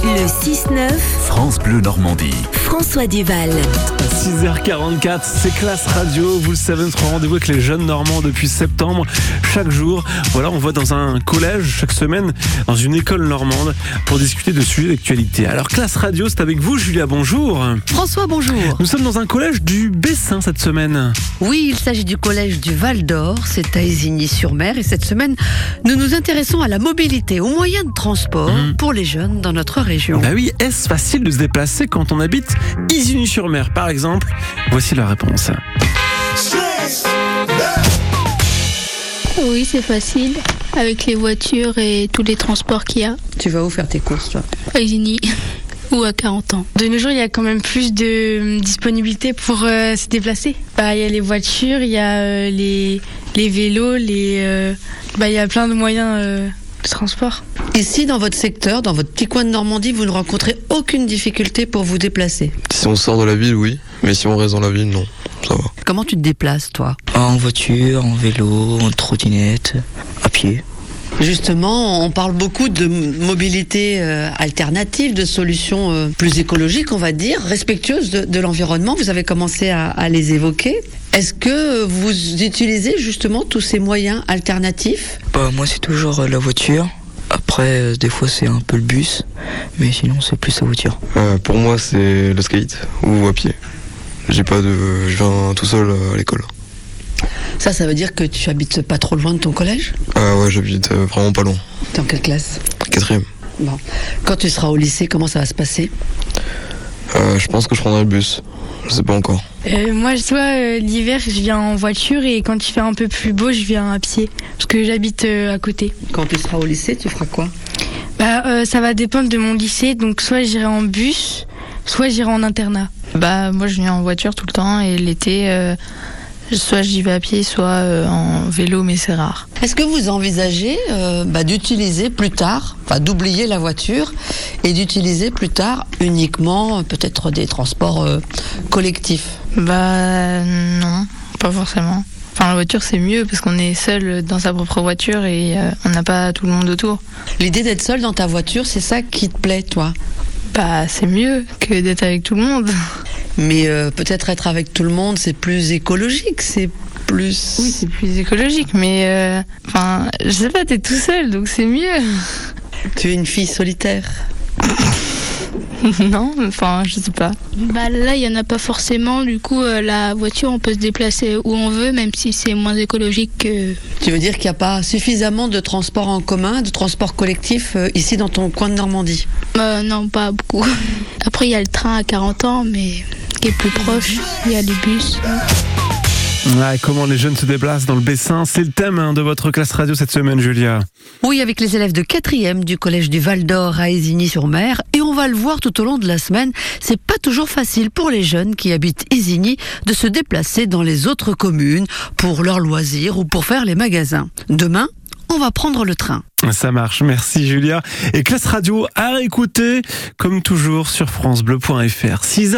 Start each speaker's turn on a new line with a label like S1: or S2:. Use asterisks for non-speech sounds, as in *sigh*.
S1: 6-9,
S2: France Bleu Normandie.
S1: François Duval.
S3: 6h44, c'est Classe Radio. Vous le savez, notre rendez-vous avec les jeunes Normands depuis septembre. Chaque jour, voilà, on va dans un collège chaque semaine, dans une école normande, pour discuter de sujets d'actualité. Alors, Classe Radio, c'est avec vous, Julia. Bonjour.
S4: François, bonjour.
S3: Nous sommes dans un collège du Bessin cette semaine.
S4: Oui, il s'agit du collège du Val d'Or, c'est à Isigny-sur-Mer, et cette semaine, nous nous intéressons à la mobilité, aux moyens de transport
S3: Mhm.
S4: pour les jeunes dans notre région.
S3: Bah oui, est-ce facile de se déplacer quand on habite Isigny-sur-Mer, par exemple Voici la réponse.
S5: Oui, c'est facile. Avec les voitures et tous les transports qu'il y a.
S4: Tu vas où faire tes courses, toi
S5: À Isigny *laughs* ou à 40 ans.
S6: De nos jours, il y a quand même plus de euh, disponibilité pour euh, se déplacer. Bah, il y a les voitures, il y a euh, les, les vélos, les, euh, bah, il y a plein de moyens euh, de transport.
S4: Ici, dans votre secteur, dans votre petit coin de Normandie, vous ne rencontrez aucune difficulté pour vous déplacer.
S7: Si on sort de la ville, oui. Mais si on reste dans la ville, non. Ça va.
S4: Comment tu te déplaces, toi
S8: En voiture, en vélo, en trottinette, à pied.
S4: Justement, on parle beaucoup de m- mobilité euh, alternative, de solutions euh, plus écologiques, on va dire, respectueuses de, de l'environnement. Vous avez commencé à, à les évoquer. Est-ce que euh, vous utilisez justement tous ces moyens alternatifs
S8: Bah, moi, c'est toujours euh, la voiture. Après, euh, des fois, c'est un peu le bus. Mais sinon, c'est plus la voiture.
S7: Euh, pour moi, c'est le skate ou à pied. J'ai pas de. Je viens tout seul euh, à l'école.
S4: Ça, ça veut dire que tu habites pas trop loin de ton collège
S7: Ah ouais, j'habite euh, vraiment pas loin.
S4: T'es en quelle classe
S7: Quatrième.
S4: Bon. Quand tu seras au lycée, comment ça va se passer
S7: Euh, je pense que je prendrai le bus. Je sais pas encore.
S6: Euh, moi, je vois l'hiver, je viens en voiture et quand il fait un peu plus beau, je viens à pied parce que j'habite euh, à côté.
S4: Quand tu seras au lycée, tu feras quoi
S6: Bah, euh, ça va dépendre de mon lycée, donc soit j'irai en bus, soit j'irai en internat.
S9: Bah moi je viens en voiture tout le temps et l'été euh, soit j'y vais à pied soit euh, en vélo mais c'est rare.
S4: Est-ce que vous envisagez euh, bah, d'utiliser plus tard, enfin d'oublier la voiture et d'utiliser plus tard uniquement euh, peut-être des transports euh, collectifs
S9: Bah non, pas forcément. Enfin la voiture c'est mieux parce qu'on est seul dans sa propre voiture et euh, on n'a pas tout le monde autour.
S4: L'idée d'être seul dans ta voiture, c'est ça qui te plaît, toi
S9: Bah c'est mieux que d'être avec tout le monde.
S4: Mais euh, peut-être être avec tout le monde, c'est plus écologique, c'est plus...
S9: *laughs* Oui c'est plus écologique mais euh, enfin je sais pas t'es tout seul donc c'est mieux. *laughs*
S4: tu es une fille solitaire.
S9: non enfin je sais pas.
S5: Bah là, il y en a pas forcément. Du coup, euh, la voiture, on peut se déplacer où on veut, même si c'est moins écologique que.
S4: Tu veux dire qu'il n'y a pas suffisamment de transports en commun, de transports collectifs euh, ici dans ton coin de Normandie
S5: Euh, non, pas beaucoup. *laughs* Après, il y a le train à 40 ans, mais qui est plus proche. Il y a les bus.
S3: Ah, comment les jeunes se déplacent dans le Bessin, c'est le thème hein, de votre classe radio cette semaine, Julia.
S4: Oui, avec les élèves de 4e du collège du Val d'Or à Isigny-sur-Mer. Et on va le voir tout au long de la semaine, c'est pas toujours facile pour les jeunes qui habitent Isigny de se déplacer dans les autres communes pour leurs loisirs ou pour faire les magasins. Demain, on va prendre le train.
S3: Ça marche, merci Julia. Et classe radio à réécouter, comme toujours, sur FranceBleu.fr. 6h